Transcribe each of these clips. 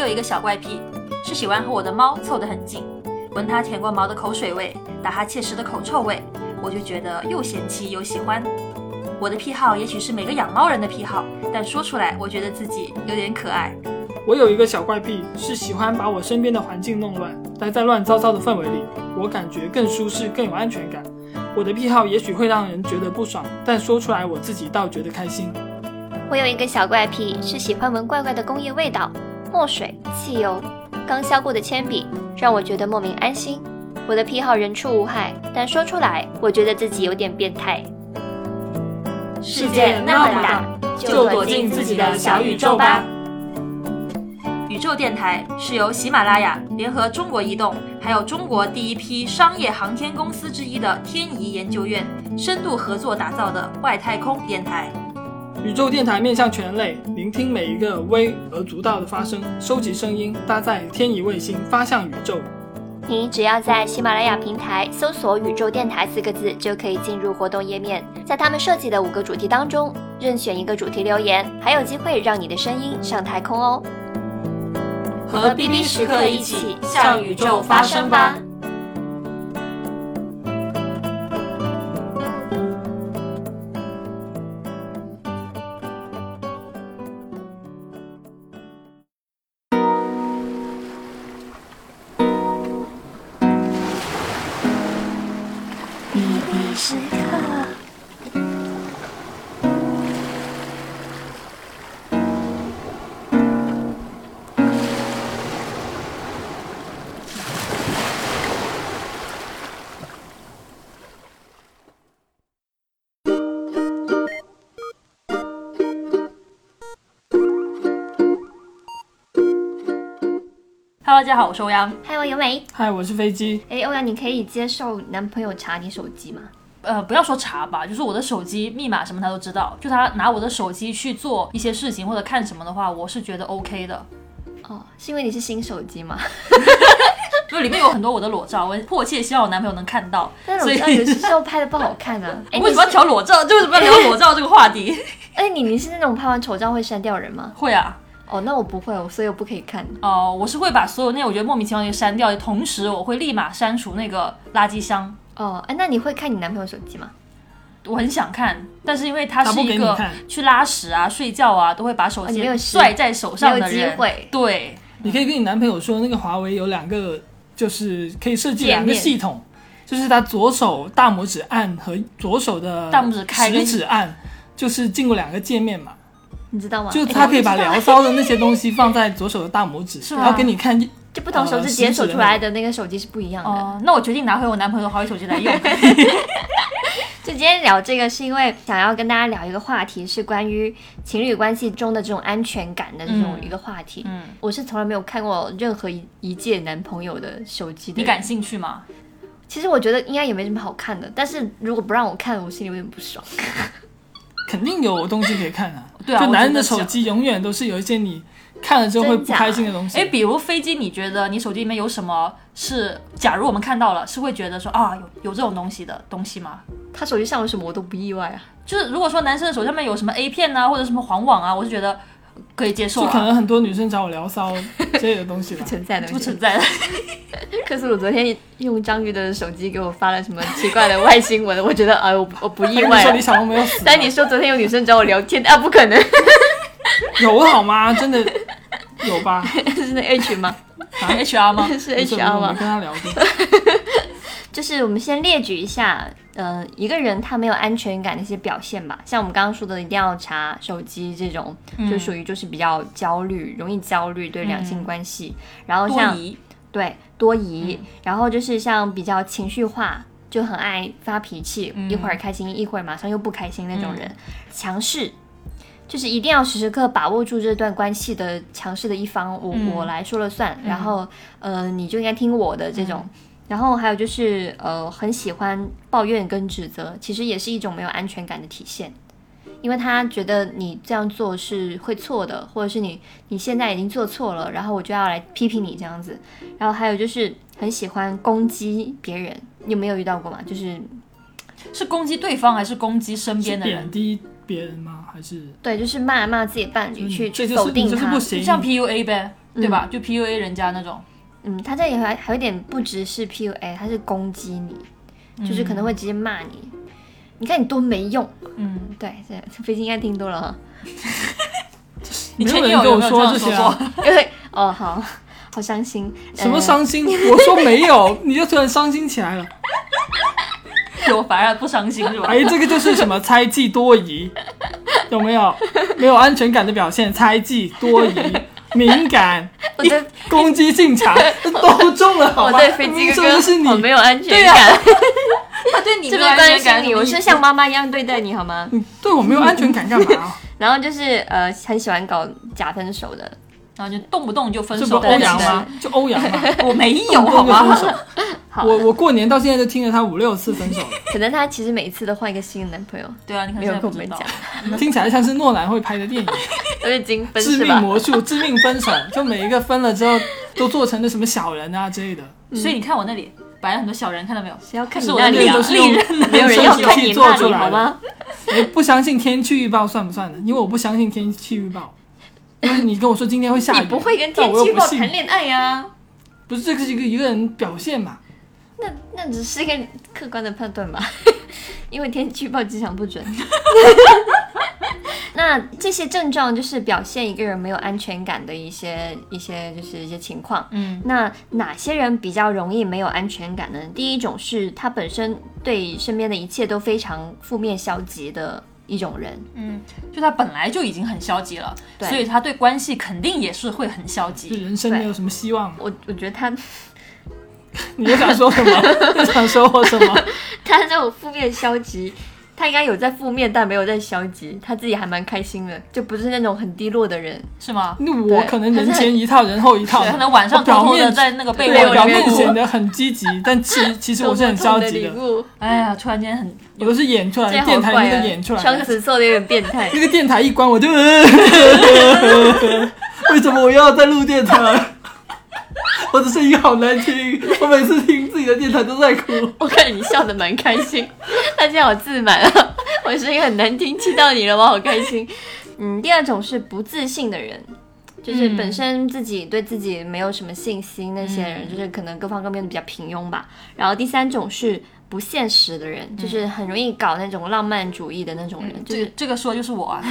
有一个小怪癖，是喜欢和我的猫凑得很近，闻它舔过毛的口水味，打哈欠时的口臭味，我就觉得又嫌弃又喜欢。我的癖好也许是每个养猫人的癖好，但说出来，我觉得自己有点可爱。我有一个小怪癖，是喜欢把我身边的环境弄乱，待在乱糟糟的氛围里，我感觉更舒适，更有安全感。我的癖好也许会让人觉得不爽，但说出来我自己倒觉得开心。我有一个小怪癖，是喜欢闻怪怪的工业味道、墨水、汽油、刚削过的铅笔，让我觉得莫名安心。我的癖好人畜无害，但说出来，我觉得自己有点变态。世界那么大，就躲进自己的小宇宙吧。宇宙电台是由喜马拉雅联合中国移动，还有中国第一批商业航天公司之一的天仪研究院深度合作打造的外太空电台。宇宙电台面向全人类，聆听每一个微而足道的发声，收集声音，搭载天仪卫星发向宇宙。你只要在喜马拉雅平台搜索“宇宙电台”四个字，就可以进入活动页面，在他们设计的五个主题当中，任选一个主题留言，还有机会让你的声音上太空哦。和 BB 时刻一起向宇宙发声吧！Hello，大家好，我是欧阳。嗨，我尤美。嗨，我是飞机。哎，欧阳，你可以接受男朋友查你手机吗？呃，不要说查吧，就是我的手机密码什么他都知道，就他拿我的手机去做一些事情或者看什么的话，我是觉得 OK 的。哦，是因为你是新手机吗？就里面有很多我的裸照，我迫切希望我男朋友能看到。但所裸以照有 些时候拍的不好看 啊。哎，为什么要你是？调裸照？就为什么要聊裸照这个话题？哎，你你是那种拍完丑照会删掉的人吗？会啊，哦，那我不会，我所以我不可以看。哦、我是会把所有那我觉得莫名其妙的删掉，同时我会立马删除那个垃圾箱。哦，哎，那你会看你男朋友手机吗？我很想看，但是因为他他是不一给个你看去拉屎啊、睡觉啊，都会把手哦你机没有时拽在手上的没有人，机会对，你可以跟你男朋友说，那个华为有两个，就是可以设计界两个面系统，就是他左手大拇指按和左手的大拇指开跟食指按，就是进过两个界面嘛，你知道吗？就哎他可以把我不知道聊骚的那些东西放在左手的大拇指，是吗然后给你看就不同手指呃解锁食指出来的那个手机是不一样的。哦、那我决定拿回我男朋友的华为手机来用。就今天聊这个，是因为想要跟大家聊一个话题，是关于情侣关系中的这种安全感的这种嗯一个话题。嗯，我是从来没有看过任何一一届男朋友的手机的。你感？兴趣吗？其实我觉得应该也没什么好看的，但是如果不让我看，我心里有点不爽。肯定有东西可以看啊。对啊就男人的我觉得手机永远都是有一些你看了之后会不开心的东西。哎，比如飞机，你觉得你手机里面有什么是，假如我们看到了，是会觉得说啊，有有这种东西的东西吗？他手机上有什么我都不意外啊。就是如果说男生的手机上面有什么 A 片啊，或者什么黄网啊，我是觉得可以接受就可啊，能很多女生找我聊骚之类的东西 吧。存在的不存在的。 克苏鲁昨天用章鱼的手机给我发了什么奇怪的外星文，我觉得哎，我不我不意你外说啊李。小龙没有死啊，但你说昨天有女生找我聊天啊，不可能，有好吗？真的有吧？是那 H 吗？ HR 吗？是没事 HR 我没吗跟？他聊过。就是我们先列举一下，呃，一个人他没有安全感的一些表现吧，像我们刚刚说的，一定要查手机这种，嗯就属于就是比较焦虑，容易焦虑对两性关系，然后多像疑，对多疑，然后就是像比较情绪化，就很爱发脾气，一会儿开心，一会儿马上又不开心那种人，强势。就是一定要时时刻把握住这段关系的强势的一方，我、我来说了算，然后呃你就应该听我的这种，然后还有就是呃很喜欢抱怨跟指责，其实也是一种没有安全感的体现，因为他觉得你这样做是会错的，或者是你你现在已经做错了，然后我就要来批评你这样子，然后还有就是很喜欢攻击别人，你有没有遇到过嘛？就是是攻击对方还是攻击身边的贬人？低别人吗？还是对，就是骂骂自己伴侣，去嗯这去就是否你定就是他不，就行？像 PUA 呗，对吧？就 PUA 人家那种。 嗯，他这里还还有点不只是 PUA，他是攻击你，就是可嗯能会直接骂你。你看你多没用，嗯， 对，这飞机应该听多了哈。你没前有女人友跟有我没有这说样这些、过？嗯啊，因为哦，好好伤心。什么呃伤心？我说没有， 你就突然伤心起来了。我反而不伤心是吧？哎，这个就是什么猜忌 多疑，有没有？没有安全感的表现，猜忌 多疑。敏感我对，攻击性强， 都中了好我吗？对飞机哥这就是哥你我没有安全对啊感，他对你这没有不是安关全心感，你，我是像妈妈一样对待你好吗？你对我没有安全感干嘛、嗯啊？然后就是呃，很喜欢搞假分手的，然后啊就动不动就分 这手不对欧对阳对吗？就欧阳嘛， 我没有好动不动就吗？分手 好我我过年到现在就听了他五六次分手了， 可能他其实每一次都换一个新的男朋友，对啊，你可能没现有在跟不我知们道讲，，听起来像是诺兰会拍的电影《有点精分致是命吧？魔术》《致命分手》，就每一个分了之后都做成了什么小人啊之类的， 所以你看我那里摆了很多小人，看到没有？嗯谁要看可你是我那的里脸啊都？是利用刃的，没 有人要看你做那出里来好吗？哎，不相信天气预报算不算呢？因为我不相信天气预报，因为你跟我说今天会下雨，你不会跟但天我又气预不报信谈恋爱呀？不是这个是一个一个人表现嘛？那那只是一个客观的判断吧， 因为天气预报经常不准。 那这些症状就是表现一个人没有安全感的一些一些就是一些情况。嗯，那哪些人比较容易没有安全感呢？第一种是他本身对身边的一切都非常负面消极的一种人，就他本来就已经很消极了，对所以他对关系肯定也是会很消就极。人生没有什么希望。我我觉得他你又想说什么？又想说我什么？他这种负面消极，他应该有在负面，但没有在消极，他自己还蛮开心的，就不是那种很低落的人。是吗？那我对可能人前一套，人后一套对，嘛。可能晚上我表偷偷的面在那个被窝对我里表面面哭显得很积极，但其 其实我是很消极礼的，物，哎呀，突然间很有的是演出来这的，样好电台怪那啊个演出！来双的，子座的有点变态。那个电台一关我就，呃 为什么我又要在录电台？我的声音好难听，我每次听自己的电台都在哭。我看你笑得蛮开心，大家好自满啊！我声音很难听，气到你了，我好开心。嗯，第二种是不自信的人，就是嗯本身自己对自己没有什么信心，那些人就是可能各方各面比较平庸吧。然后第三种是不现实的人，就是很容易搞那种浪漫主义的那种人，就这是个这个说就是我啊，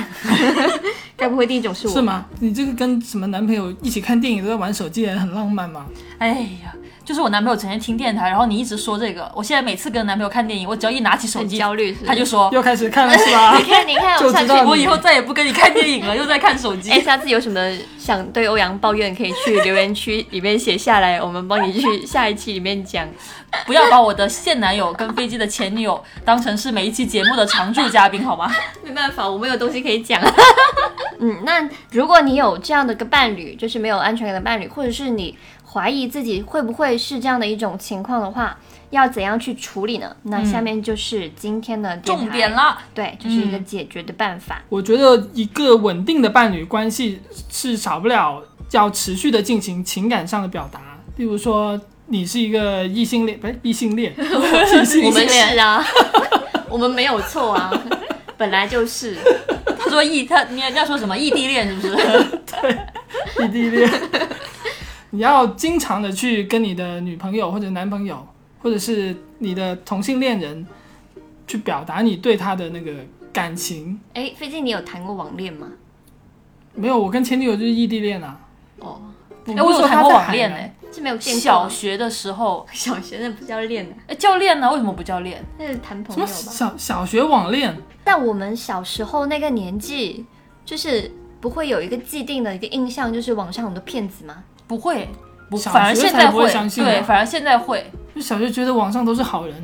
该不会第一种是我是吗？你这个跟什么男朋友一起看电影都在玩手机的人很浪漫吗？哎呀，就是我男朋友整天听电台，然后你一直说这个，我现在每次跟男朋友看电影，我只要一拿起手很机，焦虑是不是他就说又开始看了是吧 你？看，你看，就我知上去道我以后再也不跟你看电影了，又在看手机 哎、。下次有什么想对欧阳抱怨，可以去留言区里面写下来，我们帮你去下一期里面讲。不要把我的现男友跟飞机的前女友当成是每一期节目的常驻嘉宾，好 吗？没办法，我没有东西可以讲。 嗯，那如果你有这样的一个伴侣，就是没有安全感的伴侣，或者是你怀疑自己会不会是这样的一种情况的话，要怎样去处理呢？那下面就是今天的电台重点，啦，对，就是一个解决的办法。我觉得一个稳定的伴侣关系是少不了要持续的进行情感上的表达，例如说你是一个异性恋，不是异性 恋，异性我恋们 是啊， 我们没有错 啊，本来就是。他说异，他你要说什么异地恋是 哎不是？异 地恋，你要经常的去跟你的女朋友或者男朋友，或者是你的同性恋人，去表达你对他的那个感情。哎，飞机，你有谈过网恋吗？没有，我跟前女友就是异地恋啊。哦，哎、不我有是说谈他过在网海恋南哎、是没有见过小学的时候，小学那不叫恋啊，哎、教练呢？为什么不教练？那是谈朋什友么吧？小小学网恋？但我们小时候那个年纪，就是不会有一个既定的一个印象，就是网上很多骗子嘛。不会，不，小反而学现才在不会相信对，啊反而现在会。就小学觉得网上都是好人，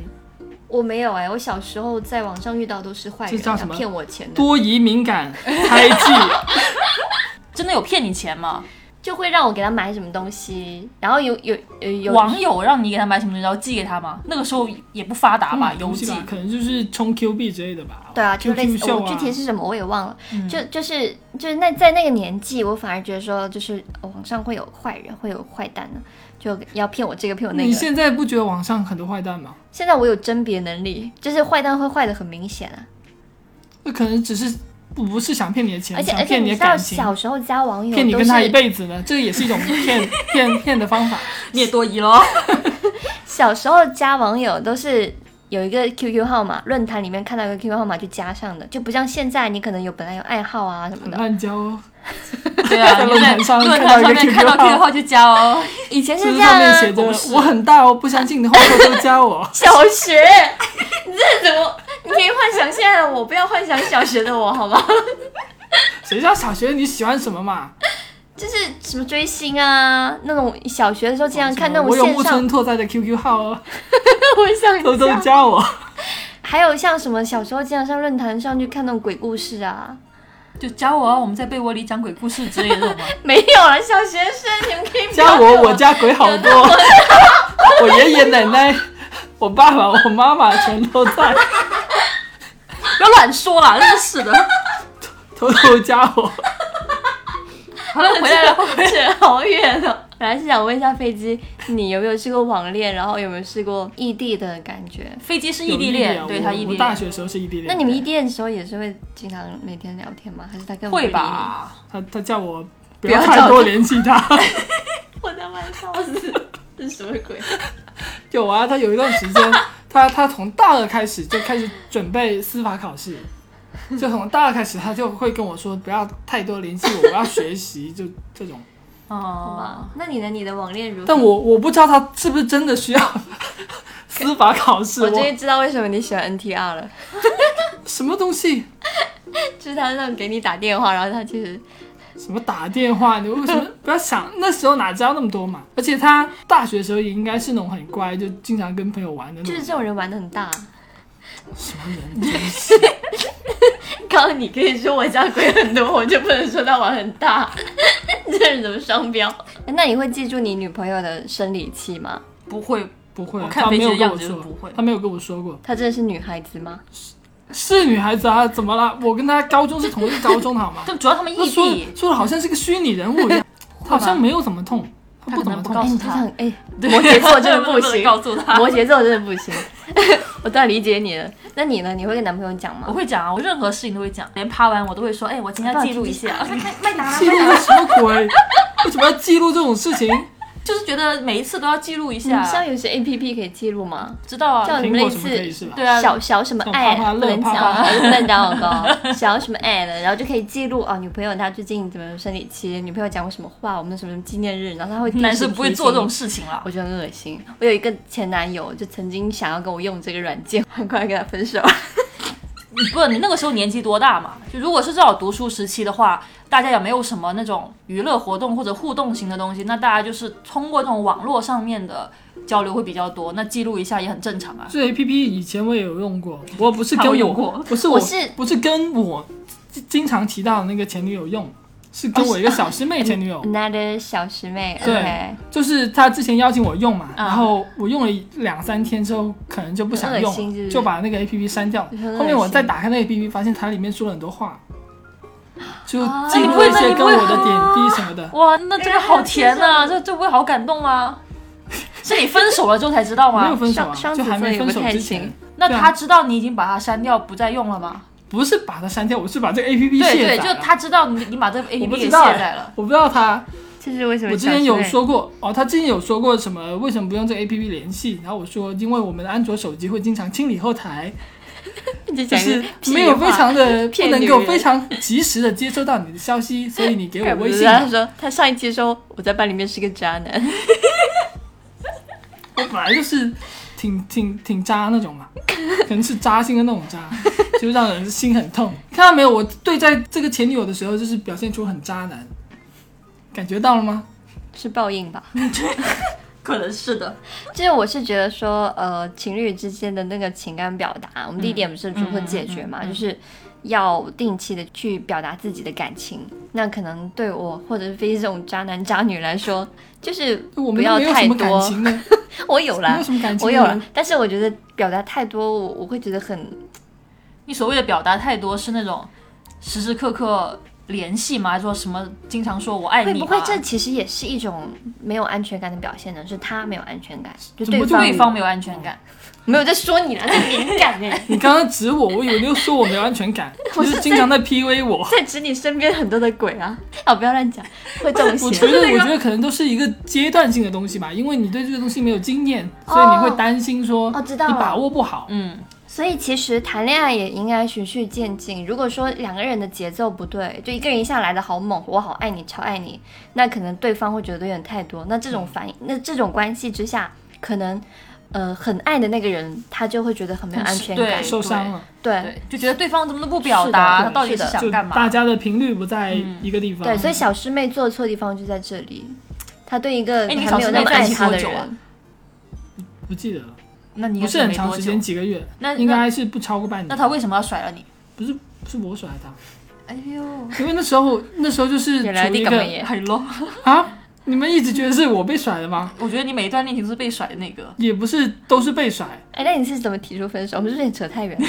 我没有哎、我小时候在网上遇到都是坏人，这叫什要么骗我钱的，多疑、敏感、猜忌，真的有骗你钱吗？就会让我给他买什么东西，然后有有有有网友让你给他买什么东西，然后寄给他吗？那个时候也不发达吧，邮嗯东西寄吧，可能就是充 Q 币之类的吧。对啊，q 就是类 q 似、秀我具啊。嗯体是什么我也忘了，就就是就是那在那个年纪，我反而觉得说就是哦网上会有坏人，会有坏蛋呢、就要骗我这个骗我那你个。现在不觉得网上很多坏蛋吗？现在我有甄别能力，就是坏蛋会坏的很明显啊。那可能只是不不是想骗你的钱，而且嗯想而且骗你的知道，感情，小时候交网友骗你都跟他一是辈子呢，这也是一 种骗骗骗的方法。你也多疑喽。 小时候加网友都是有一个 QQ 号码，论坛里面看到一个 QQ 号码就加上的，就不像现在你可能有本来有爱好啊什么很的。滥交哦，对啊，你论坛上论看坛到上一个面看到 QQ QQ 号就加哦。以前是不这是样上面啊。写，着不是我很大哦，不相信的话偷偷加我 小学， 你这怎么？你可以幻想现在的我，不要幻想小学的我，好吗？ 谁知道小学你喜欢什么嘛？就是什么追星啊，那种小学的时候经常哎看那种哦我有木线上村，拓哉的 QQ 号 哦， 我想偷偷加加我。还有像什么小时候经常上论坛上去看那种鬼故事啊，就加我哦，我们在被窝里讲鬼故事之类的这种吗？没有啊，小学生你们可以不加要我，对我家鬼好多， 我爷爷奶奶、我爸爸、我妈妈全都 在，不要乱说啦，真是 的。偷偷加我。好了，回来了，回来了。扯好远 哦。本来是想问一下飞机，你有没有试过网恋，然后有没有试过异地的感觉？飞机是有异地啊恋，对我他异地我大恋学时候是异地恋。那你们异地的时候也是会经常每天聊天吗？还是他根本不会理你？吧？嗯他他叫我啊不要要找太多联系他。 我的妈，笑死！这是什么 鬼？有啊，他有一段时 间，他他从大二开始就开始准备司法考试，就从大二开始，他就会跟我说不要太多联系我，我要学习，就 这种。哦，那你呢？你的网恋如何？但我我不知道他是不是真的需要司法考试，我我终于知道为什么你喜欢 NTR 了，什么东西？就是他那种给你打电话，然后他其实什么打电话？你为什么不要想？那时候哪知道那么多嘛？而且他大学的时候也应该是那种很乖，就经常跟朋友玩的那就种。是这种人玩的很大。什么人？真是刚刚你可以说我家鬼很多，我就不能说他玩很大， 这人怎么双标？那你会记住你女朋友的生理期吗？不会，不会、啊，我看他飞机没有的跟样我子就是说，不会他没有跟我说过。她真的是女孩子吗？是女孩子啊，怎么了？我跟她高中是同一个高中的好 吗？但主要他们她异说地，说的好像是个虚拟人物一 样，她好像没有怎么痛，她不怎她么可能不告哎、诉痛。她你真的很哎，摩羯座真的 不行，告诉他。摩羯座真的不行。我当然理解你了。那你呢？你会跟男朋友讲我吗？会讲啊，我任何事情都会讲，连趴完我都会说，哎，我今天要记录一 下，记录个什么鬼？ 为什么要记录这种 事情？就是觉得每一次都要记录一你们像下，有些 A P P 可以记录吗？知道啊叫，你苹们类果什么似可以是吧？对啊，小小什么爱这种啪啪乐不能讲啪啊，不能打广告，小什么爱啊的，然后就可以记录啊，女朋友她最近怎么生理期，女朋友讲过什么话，我们什么什么纪念日，然后她会定时男生不会提做这醒种事情啦。我就很恶心。我有一个前男友，就曾经想要跟我用这个软件，很快跟他分手。你不，你那个时候年纪多大嘛？就如果是这种读书时期的话，大家也没有什么那种娱乐活动或者互动型的东西，那大家就是通过这种网络上面的交流会比较多，那记录一下也很正常啊。这 A P P 以前我也有用过，我不是跟我我用过不是我我是不是跟我经经常提到的那个前女友用，是跟我一个小师妹前女友。 Another 小师妹对，OK，就是他之前邀请我用嘛，嗯然后我用了一两三天之后，可能就不想很恶用心是不了，是就把那个 A P P 删掉很恶。心后面我再打开那个 A P P，发现它里面说了很多话，就啊记那录一你会些跟我的那点滴什么的。哇，那这个好甜 啊，这这不会好感动吗？ 是你分手了之后才知道没有吗？分手啊，双就还没分手双子座也不太之前行，那对啊他知道你已经把它删掉，不再用了吗？不是把它删掉，我是把这个 A P P 对卸载对，了就他知道你你把这个 A P 我不 P 给知卸道载了哎，，我不知道他，这是为什么？我之前有，哎说过哦，他之前有说过什么？为什么不用这个 A P P 联系？然后我说，因为我们的安卓手机会经常清理后台，就就讲是一个没有非 常的骗不女人能够非常及时的接收到你的消息，所以你给屁话。我微信吧他，说他上一期说我在班里面是个渣男， 我本来就是挺挺挺渣那种嘛，可能是渣心的那种渣，就让人心很痛。看到没有？我对在这个前女友的时候，就是表现出很渣男，感觉到了吗？是报应吧？可能是的。就是我是觉得说，呃，情侣之间的那个情感表达，我们第一点不是如何解决嗯嘛，就是要定期的去表达自己的感情。那可能对我或者是非这种渣男渣女来说，就是我不们要没有太什么感多。情的，我有没啦 有，什么感情。啊我有了，，但是我觉得表达太多，我我会觉得很你所谓的表达太多是那种时时刻刻联系吗？还是说什么经常说我爱会你吗？啊不会这其实也是一种没有安全感的表现呢？是他没有安全感，就怎么对就方对方没有安全感？没有在说你 了，在敏感哎、你刚刚指我，我以为你又说我没有安全 感，你就是经常在 PUA 我。在指你身边很多的鬼啊！啊，不要乱讲，会中我觉邪。得，我觉得可能都是一个阶段性的东西吧，因为你对这个东西没有经验，所以你会担心说哦知道你了把握不好。嗯，所以其实谈恋爱也应该循序渐进。如果说两个人的节奏不对，就一个人一下来的好猛，我好爱你，超爱你，那可能对方会觉得有点太多。那这种反应，那这种关系之下，可能呃很爱的那个人他就会觉得很没有安全感对。受伤了，对对，就觉得对方怎么都不表达，是的他到底是的想就干大嘛？家的频率不在一个地方。对，所以小师妹做的错地方就在这里。她对一个哎你还没有那小师妹么在爱一起她的多久啊人，不记得了，那你不也是很没长多时久间，几个月，那应该是不超过半那年。他为什么要甩了你？不是不是我甩他，哎呦，因为那时候那时候就是原来处于一你咁嘅个嘢。很 low。啊，你们一直觉得是我被甩的吗？我觉得你每一段恋情都是被甩的那个，也不是都是被甩，哎，那你是怎么提出分手？我们是不是有点扯太远了？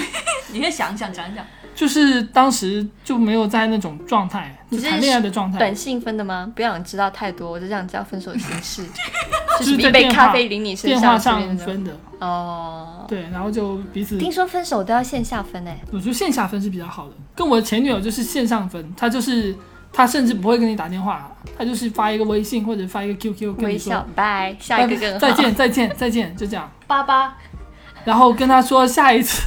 你先想想想想，就是当时就没有在那种状态，就你是谈恋爱的状态短。信分的吗？不想知道太多，我就想知道分手形 式，就就是是在一杯电话咖啡淋你身电话上上之类的分的，哦。对，然后就彼此听说分手都要线下分哎，我觉得线下分是比较好的。跟我的前女友就是线上分，她就是她甚至不会跟你打电话，她就是发一个微信或者发一个 QQ 跟微你说嗯笑拜，下一个更好。再见再见再见，就这样。八八然后跟她说下一次，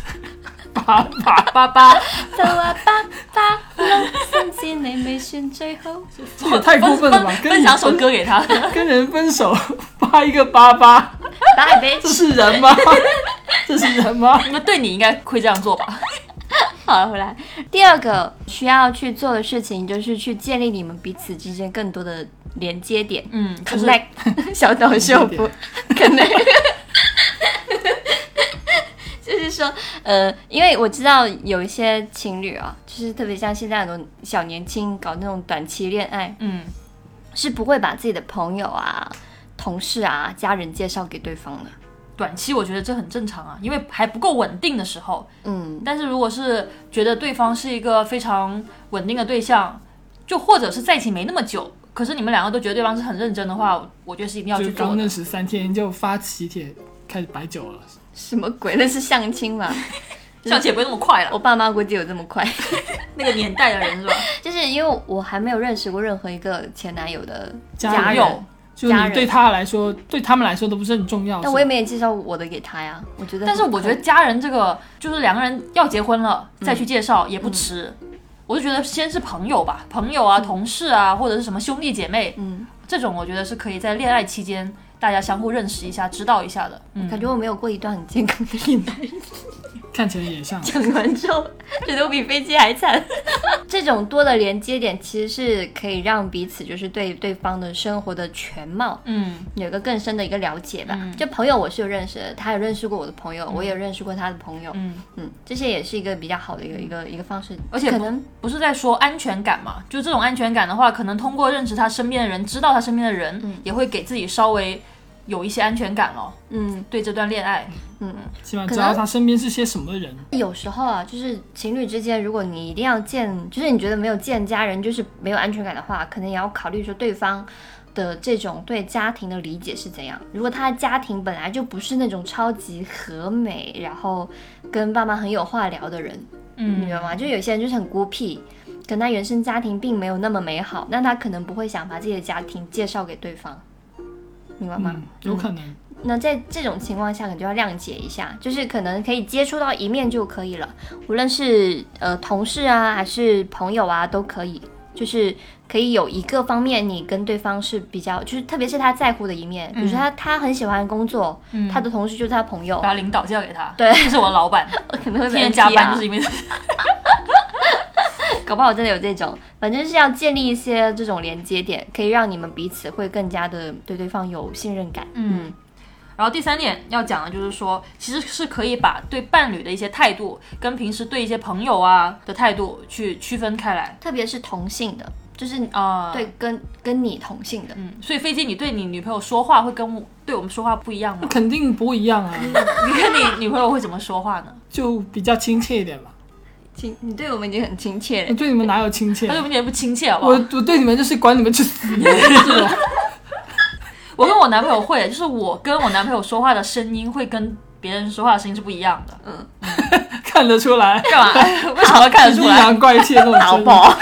爸爸八八， 走啊，爸爸，我送进你微信最后。 这也太过分了吧？跟分你享首分歌给他。跟人分手发一个八八，拜呗这。是人吗？这是人吗？ 那对你应该会这样做吧？好了，回来。第二个需要去做的事情就是去建立你们彼此之间更多的连接点。嗯，就是 connect 小岛秀夫 connect，就是说，呃，因为我知道有一些情侣啊，就是特别像现在很多小年轻搞那种短期恋爱，嗯，是不会把自己的朋友啊、同事啊、家人介绍给对方的。短期我觉得这很正常啊，因为还不够稳定的时候。嗯，但是如果是觉得对方是一个非常稳定的对象，就或者是在一起没那么久，可是你们两个都觉得对方是很认真的话，我我觉得是一定要就去做刚的认。识三天就发喜帖开始摆酒了，什么鬼？那是相亲嘛？像姐不会那么快了， 我爸妈估计有这么快。 那个年代的人是吧？ 就是因为我还没有认识过任何一个前男友的家家人人有，就家你人对他来说，对他们来说都不是很重要。但我也是吧没有介绍我的给他呀。我觉得很但快，是我觉得家人这个，就是两个人要结婚了嗯再去介绍也不迟。我就觉得先是朋友吧，朋友啊、同事啊，或者是什么兄弟姐妹，嗯。这种我觉得是可以在恋爱期间大家相互认识一下、知道一下的。嗯，感觉我没有过一段很健康的恋爱。看起来也像。讲完之后，觉得我比飞机还 惨。这种多的连接点，其实是可以让彼此就是对对方的生活的全貌嗯，有一个更深的一个了解吧。就朋友，我是有认识的，他有认识过我的朋友，我也有认识过他的朋友。嗯这些也是一个比较好的一个一个一个方式。而且可能不是在说安全感嘛？就这种安全感的话，可能通过认识他身边的人，知道他身边的人，也会给自己稍微有一些安全感咯。嗯，对这段恋爱，起码可知道能他身边是些什么人。有时候啊，就是情侣之间，如果你一定要见，就是你觉得没有见家人，就是没有安全感的话，可能也要考虑说对方的这种对家庭的理解是怎样。如果他的家庭本来就不是那种超级和美，然后跟爸妈很有话聊的人，你明嗯白吗？就有些人就是很孤僻，跟他原生家庭并没有那么美好，那他可能不会想把自己的家庭介绍给对方，明白吗？嗯，有可能。那在这种情况下，可能就要谅解一下，就是可能可以接触到一面就可以了，无论是呃同事啊，还是朋友啊，都可以，就是可以有一个方面你跟对方是比较，就是特别是他在乎的一面，比如说他他很喜欢工作，他的同事就是他朋友，把领导介绍给他，对这是我老 板，可能会天被天加 NT 啊班就是因为搞不好真的有这种，反正是要建立一些这种连接点，可以让你们彼此会更加的对对方有信任感，嗯然后第三点要讲的就是说，其实是可以把对伴侣的一些态度跟平时对一些朋友啊的态度去区分开来特别是同性的，就是呃啊。对跟跟你同性的，嗯，所以飞机，你对你女朋友说话会跟我对我们说话不一样吗？肯定不一样啊，嗯你看你女朋友会怎么说话呢？就比较亲切一点吧。亲，你对我们已经很亲切我 了。对你们哪有亲切啊他？对我们一点不亲切，好不我好？我对你们就是管你们去 死这种。我跟我男朋友会，就是我跟我男朋友说话的声音会跟别人说话的声音是不一样的。看得出来，干嘛？为什么看得出阴来？阳怪气的那种好声音。饱。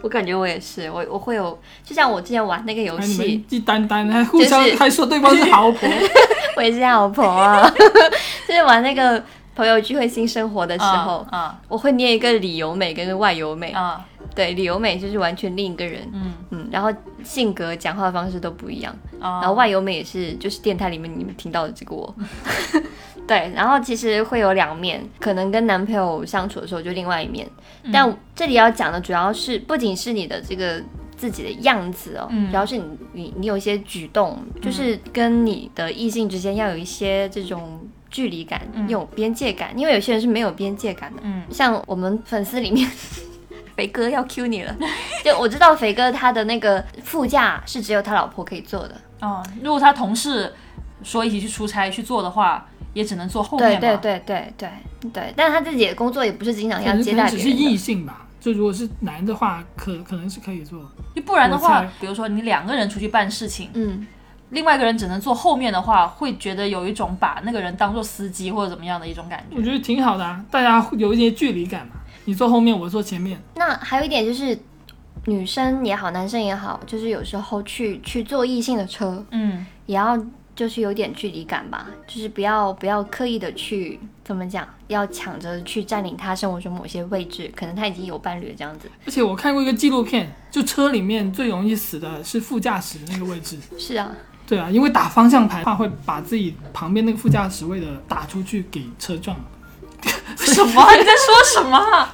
我感觉我也是，我我会有，就像我之前玩那个游哎你戏 们，一单单还互相就是还说对方是好 婆，我也是好朋友啊， 就是玩那个朋友聚会新生活的时 候，啊我会念一个里由美跟外由美，啊对，里由美就是完全另一个人，嗯嗯，然后性格、讲话方式都不一样，啊！然后外由美也是，就是电台里面你们听到的这个我。 对，然后其实会有两面，可能跟男朋友相处的时候就另外一面。嗯但这里要讲的主要是，不仅是你的这个自己的样子哦，嗯主要是你你你有一些举动，就是跟你的异性之间要有一些这种距离感，有边界感，因为有些人是没有边界感的。嗯像我们粉丝里面。 肥哥要 Q 你了，就我知道肥哥他的那个副驾是只有他老婆可以坐的，哦，如果他同事说一起去出差去做的话，也只能坐后面对嘛。对对对对对，但是他自己的工作也不是经常要可能接可待能只别是人异的。性吧。就如果是男的话，可可能是可以做。就不然的我话猜，比如说你两个人出去办事情，嗯，另外一个人只能坐后面的话，会觉得有一种把那个人当做司机或者怎么样的一种感我觉。觉得挺好的啊，大家有一些距离感嘛。你坐后面，我坐前面，那还有一点就是，女生也好，男生也好，就是有时候去去坐异性的车，嗯，也要就是有点距离感吧，就是不要不要刻意的去怎么讲，要抢着去占领他生活中某些位置，可能他已经有伴侣了这样子。而且我看过一个纪录片，就车里面最容易死的是副驾驶那个位置。是啊，对啊，因为打方向盘的话会把自己旁边那个副驾驶位的打出去给车撞。什么？你在说什么 啊？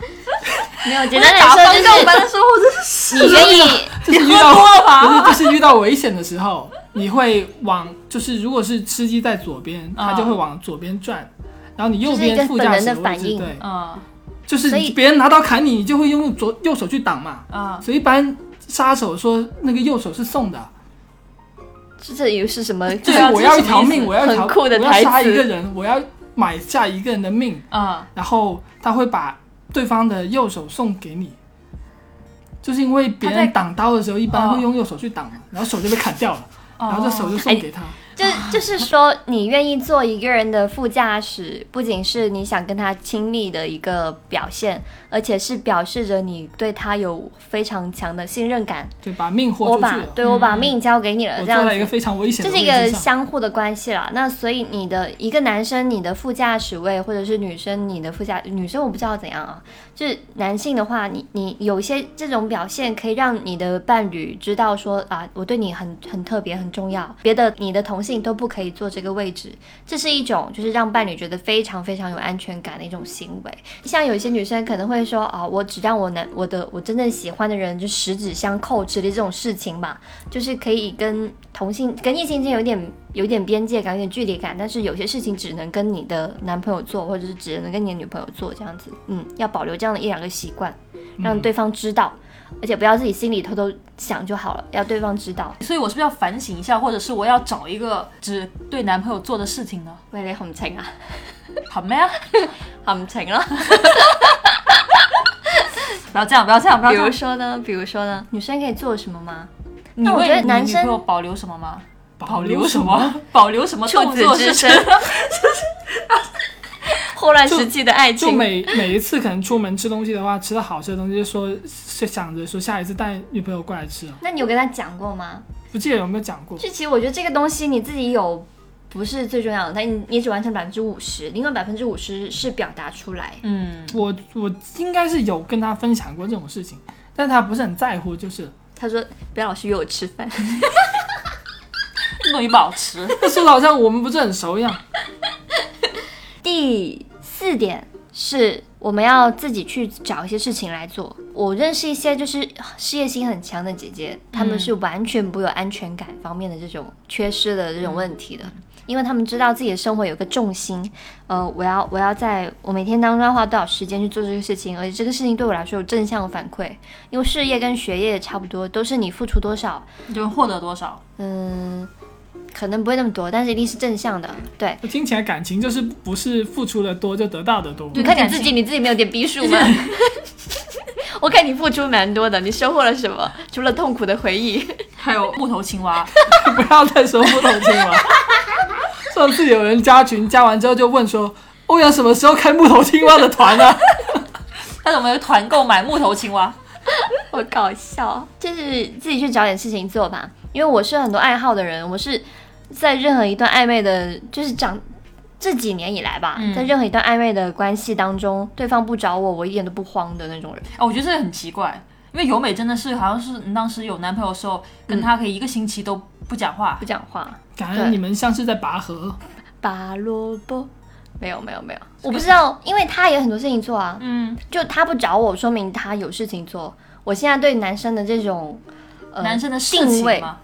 没有 简我在单来打说方向盘就的时候，我真是啊是你愿意，就是遇喝多了到，吧不是就是遇到危险的时候，你会往就是如果是司机在左边，啊他就会往左边转，然后你右这是一边个副驾驶本能的位反置应对，啊就是所以别人拿刀砍你，你就会用左右手去挡嘛。啊！所以一般杀手说那个右手是送的，这这又是什么？就对啊这我是要什一么条意思命，我要一条，很酷的我台要词杀一个人，我要买下一个人的命，啊，然后他会把对方的右手送给你。就是因为别他在人挡刀的时候，一般哦会用右手去挡嘛，然后手就被砍掉了，嗯然后这手就送给哎他。就就是说，你愿意做一个人的副驾驶，不仅是你想跟他亲密的一个表现，而且是表示着你对他有非常强的信任感。对，把命豁我出去把了。对我把命交给你了，我这做样了一个子。非常危险这的是一位置个上，相互的关系啦，那所以你的一个男生，你的副驾驶位，或者是女生，你的副驾女生我不知道怎样啊，就是男性的话，你你有一些这种表现，可以让你的伴侣知道说啊，我对你很很特别，很重要，别的你的同性都不可以坐这个位置，这是一种就是让伴侣觉得非常非常有安全感的一种行为。像有一些女生可能会说啊，我只让我男我的我真正喜欢的人就十指相扣之类这种事情吧，就是可以跟同性跟异性之间有点有点边界感，有点距离感，但是有些事情只能跟你的男朋友做，或者是只能跟你的女朋友做这样子。嗯，要保留这样的一两个习惯，让对方知道，而且不要自己心里偷偷想就好了，要对方知道。所以我是不是要反省一下，或者是我要找一个只对男朋友做的事情呢？喂你含情啊，好咩啊？含情了。 不要这样，不要这样，不要比这如样。说呢，比如说呢，女生可以做什么吗？你我为觉得你男女生朋友保留什么吗？保留留什什么？保留什么处动子作之是身， 真的？霍乱时期的爱就情。每每一次可能出门吃东西的话，吃到好吃的东西，就说是想着说下一次带女朋友过来吃啊，那你有跟他讲过吗？不记得有没有讲过？就其实我觉得这个东西你自己有不是最重要的，但你你只完成百分之五十，另外百分之五十是表达出来。嗯，我我应该是有跟他分享过这种事情，但他不是很在乎，就是了他说不要老是约我吃 饭，这东西不好吃。那说的好像我们不是很熟一样。第四点是我们要自己去找一些事情来做。我认识一些就是事业心很强的姐姐，她们是完全不有安全感方面的这种缺失的这种问题的。因为她们知道自己的生活有个重心，呃，我要我要在我每天当中要花多少时间去做这个事情，而且这个事情对我来说有正向反馈，因为事业跟学业也差不多，都是你付出多少，你就会获得多少？嗯，可能不会那么多，但是一定是正向的。对，听起来感情就是不是付出的多就得到的多。你看你自己，你自己没有点逼数 吗？我看你付出蛮多的，你收获了什么？除了痛苦的回忆， 还有木头青蛙，不要再说不同青蛙。上次有人加群，加完之后就问说：“欧阳什么时候开木头青蛙的团呢、啊 但是我们有团购买木头青蛙，好搞笑。就是自己去找点事情做吧，因为我是很多爱好的人，我是在任何一段暧昧的，就是长这几年以来吧，在任何一段暧昧的关系当中，对方不找我，我一点都不慌的那种人。啊，我觉得这个很奇怪，因为由美真的是好像是你当时有男朋友的时候，跟他可以一个星期都不讲话不，讲话。”感觉你们像是在拔河，拔萝卜，没有没有没有，我不知道，因为他也有很多事情做啊，嗯，就他不找我，说明他有事情做。我现在对男生的这种，呃，男生的事定情位，嘛，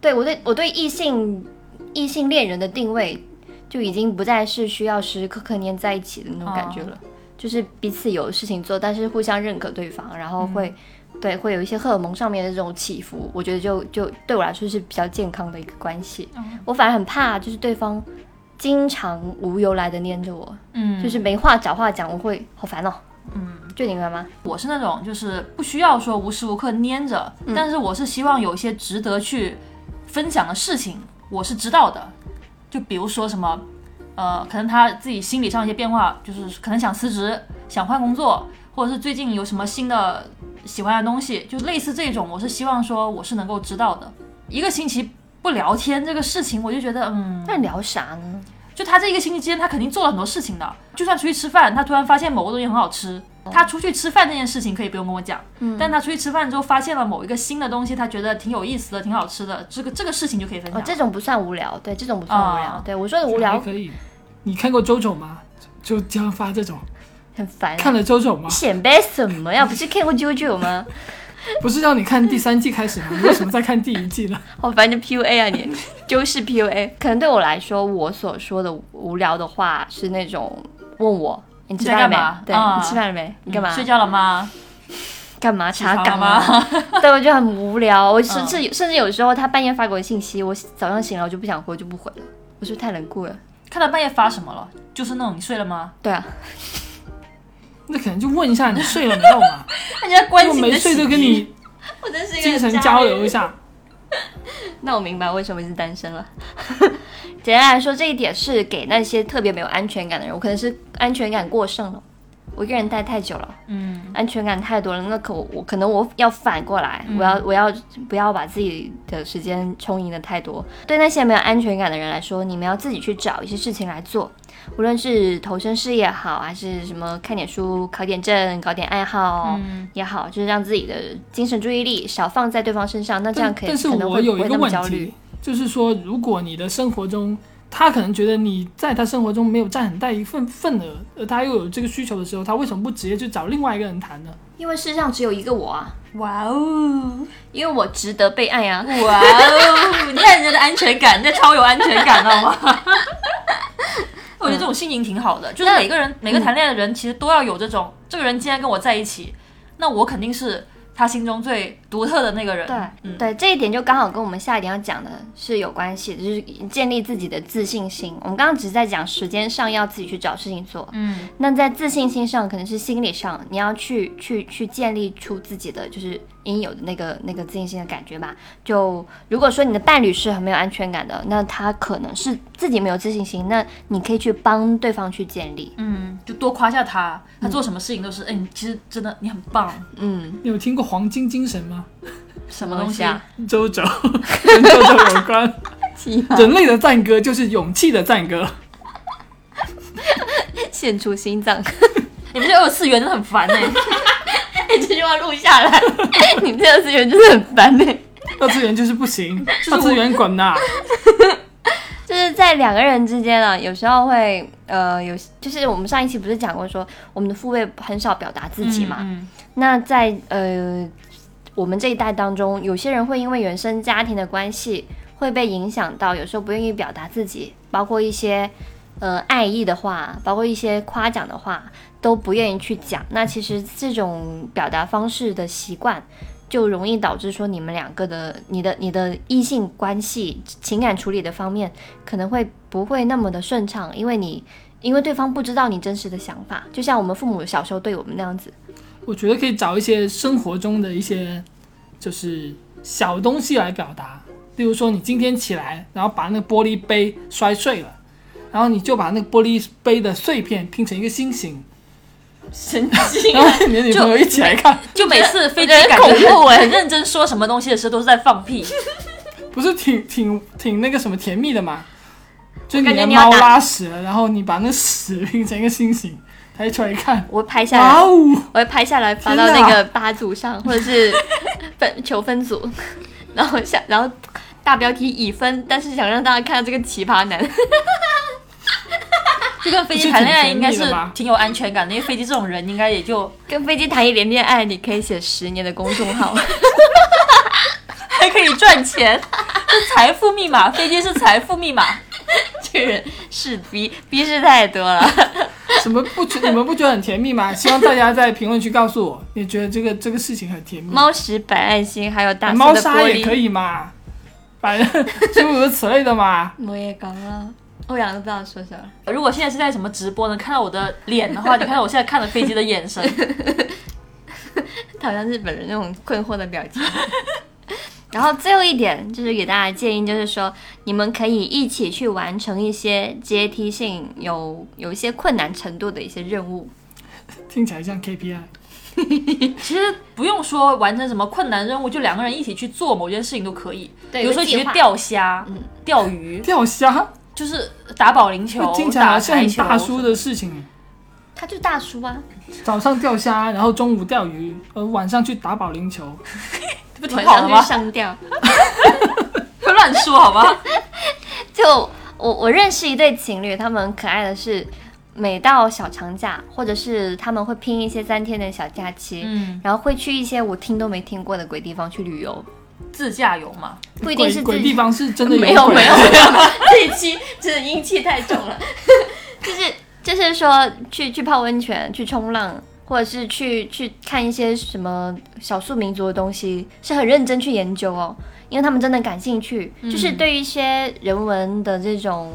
对我对我对异性异性恋人的定位，就已经不再是需要时时刻刻黏在一起的那种感觉了，哦就是彼此有事情做，但是互相认可对方，然后会、嗯对会有一些荷尔蒙上面的这种起伏，我觉得就就对我来说是比较健康的一个关系。哦我反而很怕就是对方经常无由来的黏着我，嗯，就是没话找话讲，我会好烦哦。嗯，就你明白吗？我是那种就是不需要说无时无刻粘着，但是我是希望有一些值得去分享的事情，我是知道的。就比如说什么，呃，可能他自己心理上一些变化，就是可能想辞职、想换工作，或者是最近有什么新的喜欢的东西，就类似这种，我是希望说我是能够知道的。一个星期不聊天这个事情，我就觉得嗯，那聊啥呢？就他这一个星期间，他肯定做了很多事情的。就算出去吃饭，他突然发现某个东西很好吃，他出去吃饭这件事情可以不用跟我讲，但他出去吃饭之后发现了某一个新的东西，他觉得挺有意思的、挺好吃的，这个这个事情就可以分享。哦，这种不算无聊，对，这种不算无聊。啊对我说的无聊还可以。你看过周总吗？就就这样发这种，很烦、啊看了周总吗？显摆什么呀？不是看过《啾啾》吗？ 不是让你看第三季开始吗？你为什么在看第一季呢？ 好烦的 PUA 啊你，就是 PUA。可能对我来说，我所说的无聊的话是那种问我你吃在饭了干没？嘛对、啊你吃饭了没？你干嘛？睡觉了吗？干嘛查起 岗啊？对，我就很无聊。我甚嗯至、甚至有时候他半夜发给我信息，我早上醒了我就不想回，我就不回了。我是不是太冷酷了？看到半夜发什么了？就是那种你睡了吗？对啊，那可能就问一下你睡了没有嘛？人家关如果心没的睡洗就跟涤，你我真是精神交流一下。那我明白为什么是单身了。 简单来说，这一点是给那些特别没有安全感的人。我可能是安全感过剩了，我一个人待太久了，嗯，安全感太多了。那可我我可能我要反过来，嗯我要我要不要把自己的时间充盈的太多？对那些没有安全感的人来说，你们要自己去找一些事情来做，无论是投身事业好，还是什么看点书、考点证、搞点爱好。嗯也好，就是让自己的精神注意力少放在对方身上，那这样但可以但是可能我会有不会一个那么问焦虑题。，就是说，如果你的生活中，他可能觉得你在他生活中没有占很大一份份额，而他又有这个需求的时候，他为什么不直接去找另外一个人谈呢？因为世上只有一个我啊，哇哦因为我值得被爱啊。 哇哦，你看人家的安全感，人家超有安全感，知道吗？ 我觉得这种心情挺好的，就是每个人、每个谈恋爱的人其实都要有这种，这个人既然跟我在一起，那我肯定是他心中最独特的那个人。对、嗯，对，这一点就刚好跟我们下一点要讲的是有关系的，就是建立自己的自信心。我们刚刚只是在讲时间上要自己去找事情做，嗯，那在自信心上可能是心理上，你要去去去建立出自己的就是应有的那个那个自信心的感觉吧。就如果说你的伴侣是很没有安全感的，那他可能是自己没有自信心，那你可以去帮对方去建立。嗯，就多夸下他，他做什么事情都是，哎、你其实真的你很棒，嗯，你有听过黄金精神吗？什什么东西 啊？？周 周跟周周有关，人类的赞歌就是勇气的赞歌。献出心脏。你们这二次元真的很烦哎、这句话录下来， 你们这个资源真的很烦哎、二次元就是不 行，二次元滚呐、就是在两个人之间啊，有时候会呃有，就是我们上一期不是讲过说，我们的父辈很少表达自己嘛。嗯那在呃我们这一代当中，有些人会因为原生家庭的关系会被影响到，有时候不愿意表达自己，包括一些呃爱意的话，包括一些夸奖的话，都不愿意去讲。那其实这种表达方式的习惯。就容易导致说你们两个的你的你的异性关系情感处理的方面可能会不会那么的顺畅，因为你因为对方不知道你真实的想法，就像我们父母小时候对我们那样子。我觉得可以找一些生活中的一些就是小东西来表达，例如说你今天起来，然后把那个玻璃杯摔碎了，然后你就把那个玻璃杯的碎片拼成一个心形，神经然后你的女朋友一起来看，就每次飞机人感恐觉怖哎很认真说什么东西的时候都是在放屁，不是挺挺挺那个什么甜蜜的嘛？就你感觉的你要猫打拉屎了，然后你把那屎拼成一个心形，它一出来一看，我会拍下哇来，哦！我会拍下来发天到那哪个八组上，或者是 分求分组， 然后想然后大标题已分，但是想让大家看到这个奇葩男。 就跟飞不机是谈恋爱应挺甜该蜜的是吗挺有安全感的，因为飞机这种人应该也就跟飞机谈一点恋爱，你可以写十年的公众号。 还 可以赚钱，是财富密码， 飞机是财富密码。这个人是逼逼是太 多了。什么不觉你们不觉得很甜蜜吗？希望大家在评论区告诉我，你觉得这个这个事情很甜蜜？猫屎、白爱心，还有大叔猫的砂玻也可璃。以嘛，反正 诸如此类的嘛。我也搞了，欧阳都不知道说什么。如果现在是在什么直播能看到我的脸的话，你看到我现在看了飞机的眼 神，他好像日本人那种困惑的表情。 然后最后一点就是给大家建议，就是说你们可以一起去完成一些阶梯性有有一些困难程度的一些任务。听起来像 KPI，其实不用说完成什么困难任务，就两个人一起去做某件事情都可以。对比如说一起有个计去划钓虾、钓鱼，钓虾，就是打保龄球、听起来打好像台很球。大叔的事情。他就大叔 啊，早上钓虾，然后中午钓鱼，呃，晚上去打保龄球。这不挺晚好的上吗去？上吊。不要 乱说好吗？ 就我我认识一对情侣，他们很可爱的是，每到小长假，或者是他们会拼一些三天的小假期，嗯，然后会去一些我听都没听过的鬼地方去旅游，自驾游 嘛，不一定鬼是自鬼己地方是真的没有有鬼没有没有，这一期真的阴气太重了，就是就是说去去泡温泉、去冲浪，或者是去去看一些什么少数民族的东西，是很认真去研究哦，因为他们真的感兴趣，嗯就是对于一些人文的这种。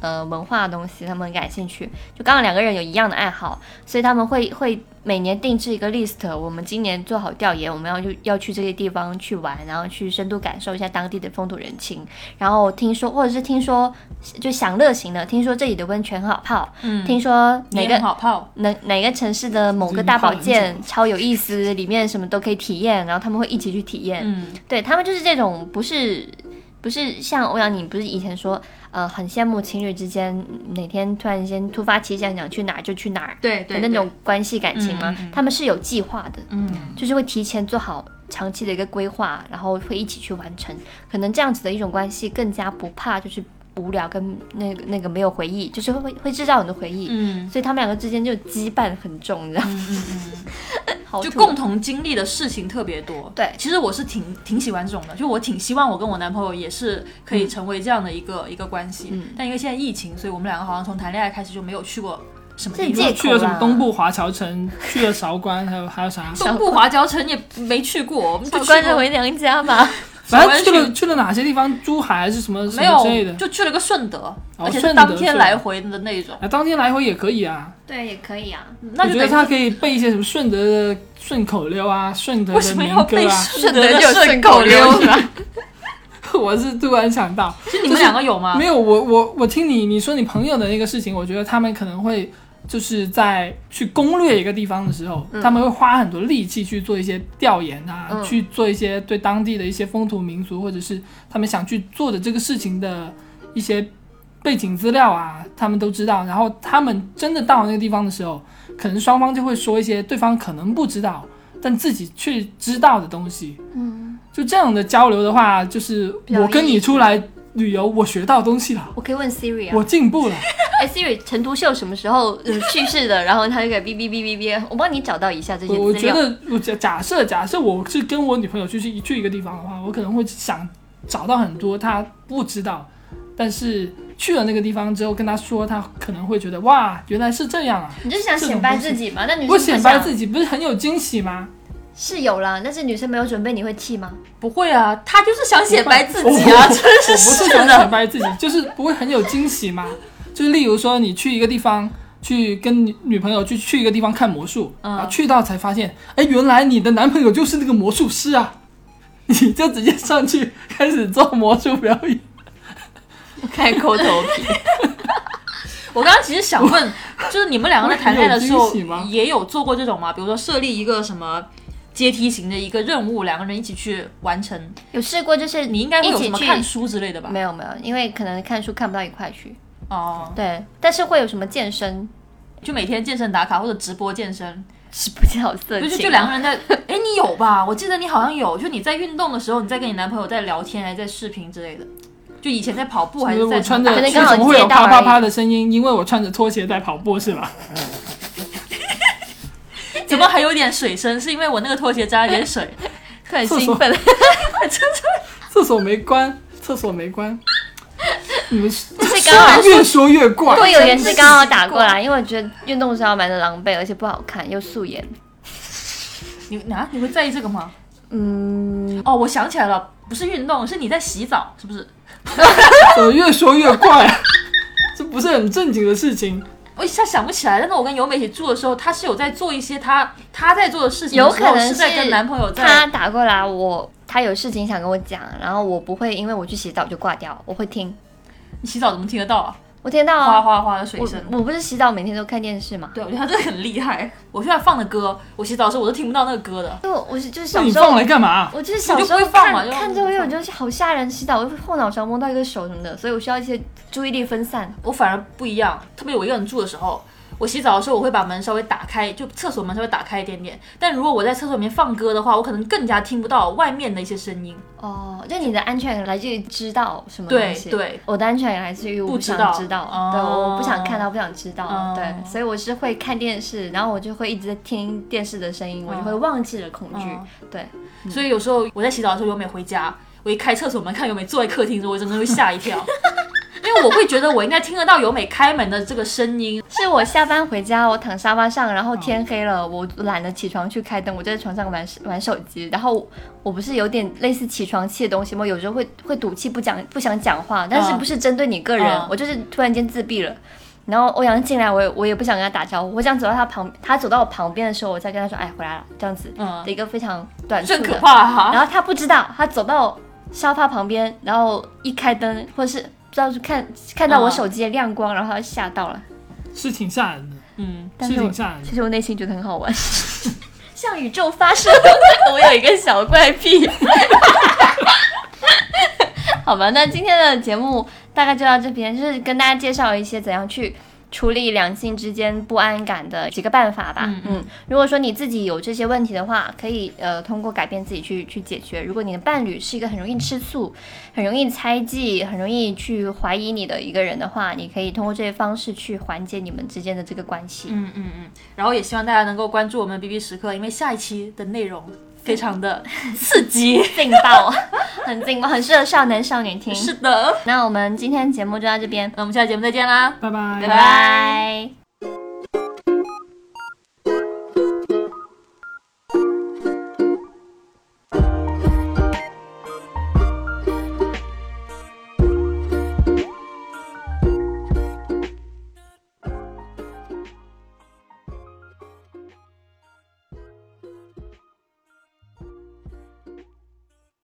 呃，文化的东西他们很感兴趣，就刚好两个人有一样的爱好，所以他们会会每年定制一个 list，我们今年做好调研，我们要去要去这些地方去玩，然后去深度感受一下当地的风土人情，然后听说，或者是听说就享乐型的，听说这里的温泉很好泡，嗯，听说哪也很个好泡？哪哪个城市的某个大保健超有意思，里面什么都可以体验，然后他们会一起去体验，嗯，对他们就是这种不是。不是像欧阳，你不是以前说，呃，很羡慕情侣之间哪天突然间突发奇想想去哪儿就去哪儿对的那种关系感情吗？他们是有计划的，嗯，就是会提前做好长期的一个规划，然后会一起去完成。可能这样子的一种关系更加不怕就是无聊跟那个那个没有回忆，就是会会制造很多回忆。嗯，所以他们两个之间就羁绊很重，你知道吗？哦好就土共同经历的事情特别多。对其实我是挺挺喜欢这种的，就我挺希望我跟我男朋友也是可以成为这样的一个、一个关系。嗯但因为现在疫情，所以我们两个好像从谈恋爱开始就没有去过什么地这借方。口去了什么啦东部华侨城，去了韶关，还有还有啥？东部华侨城也没去过，我们就就去关着过回娘家 吧。反韶关正去了去去了哪些地方？珠海还是什么什没么之类有，的？就去了个顺德，而哦且是顺德当天来回的那种。啊，当天来回也可以啊。对，也可以啊。那我就等觉得于他可以背一些什么顺德的顺口溜啊，顺德为的什么民要歌背啊。顺德就有顺顺口溜是吧？我是突然想到，就你们两个有吗没？有，我我我听你你说你朋友的那个事情，我觉得他们可能会就是在去攻略一个地方的时候，他们会花很多力气去做一些调研啊，嗯去做一些对当地的一些风土民俗，或者是他们想去做的这个事情的一些背景资料啊，他们都知道。然后他们真的到那个地方的时候，可能双方就会说一些对方可能不知道，但自己却知道的东西。嗯，就这样的交流的话，就是比较我跟有意你思出来旅游，我学到东西了。我可以问 Siri 我啊，进步了，哎，Siri，陈独秀什么时候嗯去世的？然后他就给哔哔哔哔哔，我帮你找到一下这些我我资觉料。得，我假假设假设我是跟我女朋友去去去一个地方的话，我可能会想找到很多她不知道，但是去了那个地方之后跟她说，她可能会觉得哇，原来是这样啊，你就是想显摆自己嘛？那你我显摆自己 己不是很有惊喜吗？是有啦，但是女生没有准备，你会气吗？不会啊，他就是想显摆自己啊，真我不是是想显摆自己，就是不会很有惊喜嘛。就是例如说，你去一个地方，去跟女女朋友去去一个地方看魔术，嗯然后去到才发现，哎，原来你的男朋友就是那个魔术师啊，你就直接上去开始做魔术表演。 开抠头皮， 我刚刚其实想问，就是你们两个在谈恋爱的时我候很 有惊喜吗，也有做过这种吗？比如说设立一个什么阶梯型的一个任务，两个人一起去完成。有试过，就是你应该会一有什起么去看书之类的吧？没有没有，因为可能看书看不到一块去。哦，对，但是会有什么健身，就每天健身打卡或者直播健身，是不叫色就情啊，就就两个人在， 哎，你有吧？我记得你好像有，就你在运动的时候，你在跟你男朋友在聊天，还是在视频之类的。就以前在跑步还就是是在我穿什着么可为能什啊刚好么会有接到啪而已啪啪的声音？因为我穿着拖鞋在跑步，是吧？ 怎么还有点水声？是因为我那个拖鞋沾了点水。突然厕 兴所奋， 厕所没关，厕所没关。你们是刚好越说越怪，对，有人是刚好打过来，因为我觉得运动的时候蛮的狼狈，而且不好看，又素颜。你啊，你会在意这个吗？嗯，哦，我想起来了，不是运动，是你在洗澡，是不是？怎么呃越说越怪？ 这不是很正经的事情。我一下想不起来，但是我跟尤美一起住的时候，她是有在做一些她她在做的事情的有时可候，能是在跟男朋友他在。打过来，我他有事情想跟我讲，然后我不会因为我去洗澡就挂掉，我会听，你洗澡怎么听得到啊？我听到哗啊。哗哗的水我声。我不是洗澡每天都看电视嘛，对，我觉得她真的很厉害。我现在放的歌，我洗澡的时候我都听不到那个歌的。因为我我是就是那小你时候放来干嘛？我就是小时我候就不会放嘛看就看这个我就是好吓人，洗澡我会后脑勺摸到一个手什么的，所以我需要一些注意力分散。我反而不一样，特别我一个人住的时候，我洗澡的时候我会把门稍微打开，就厕所门稍微打开一点点。但如果我在厕所里面放歌的话，我可能更加听不到外面的一些声音。哦，就你的安全感来自于知道什么对东西，对我的安全感来自于我不知想道知道，哦对，我不想看到，不想知道，哦对，所以我是会看电视，然后我就会一直在听电视的声音，我就会忘记了恐惧，哦对，所以有时候我在洗澡的时候，由美回家，我一开厕所门看由美坐在客厅的时候，我真的会吓一跳， 因为我会觉得我应该听得到由美开门的这个声音。是我下班回家，我躺沙发上，然后天黑了，我懒得起床去开灯，我就在床上玩玩手机。然后我不是有点类似起床气的东西吗？有时候会会赌气不讲不想讲话，但是不是针对你个人，嗯我就是突然间自闭了。然后欧阳进来，我也我也不想跟他打招呼，我想走到他旁，他走到我旁边的时候，我再跟他说，哎，回来了，这样子嗯的一个非常短促这的。很 可怕哈、然后他不知道，他走到沙发旁边，然后一开灯，或者是不知道是看看到嗯我手机的亮光，然后他就吓到了。是挺吓人的，嗯，但是是我挺吓人的其。实我内心觉得很好玩， 向宇宙发射， 我有一个小怪癖。 好吧，那今天的节目大概就到这边，就是跟大家介绍一些怎样去处理两性之间不安感的几个办法吧。嗯如果说你自己有这些问题的话，可以呃通过改变自己去去解决。如果你的伴侣是一个很容易吃醋、很容易猜忌、很容易去怀疑你的一个人的话，你可以通过这些方式去缓解你们之间的这个关系。嗯嗯嗯。然后也希望大家能够关注我们 B B 时刻，因为下一期的内容非常的刺激。劲爆， 很劲爆，很适合少男少女 听。是的，那我们今天节目就到这边，嗯那我们下期节目再见啦。拜拜拜拜拜